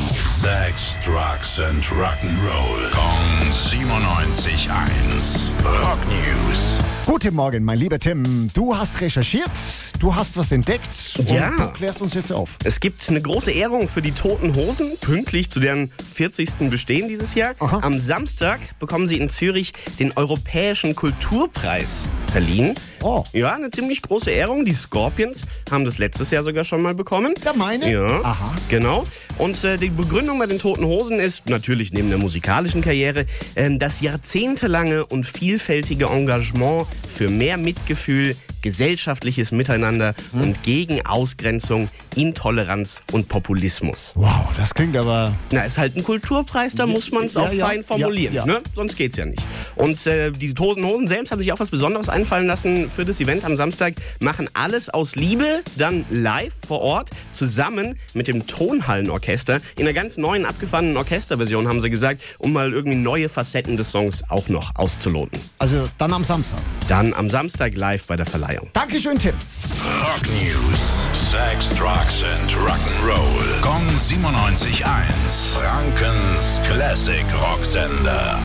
Sex, Drugs and Rock'n'Roll. Kong 97.1. Rock News. Guten Morgen, mein lieber Tim. Du hast recherchiert, du hast was entdeckt und Ja. du klärst uns jetzt auf. Es gibt eine große Ehrung für die Toten Hosen, pünktlich zu deren 40. Bestehen dieses Jahr. Aha. Am Samstag bekommen sie in Zürich den Europäischen Kulturpreis verliehen. Oh. Ja, eine ziemlich große Ehrung. Die Scorpions haben das letztes Jahr sogar schon mal bekommen. Ja, meine? Ja, Aha. genau. Und äh, die Begründung bei den Toten Hosen ist natürlich neben der musikalischen Karriere ähm, das jahrzehntelange und vielfältige Engagement für mehr Mitgefühl, gesellschaftliches Miteinander Hm. und gegen Ausgrenzung, Intoleranz und Populismus. Wow, das klingt aber. Na, ist halt ein Kulturpreis, da muss man es Ja, auch ja, fein formulieren, ja, ja. ne? Sonst geht's ja nicht. Und äh, die Toten Hosen selbst haben sich auch was Besonderes einfallen lassen für das Event am Samstag. Machen alles aus Liebe, dann live vor Ort, zusammen mit dem Tonhallenorchester. In einer ganz neuen, abgefahrenen Orchesterversion, haben sie gesagt, um mal irgendwie neue Facetten des Songs auch noch auszuloten. Also dann am Samstag. Dann am Samstag live bei der Verleihung. Dankeschön, Tim. Rock News. Sex, Drugs and Rock'n'Roll. Kong 97.1. Frankens Classic Rocksender.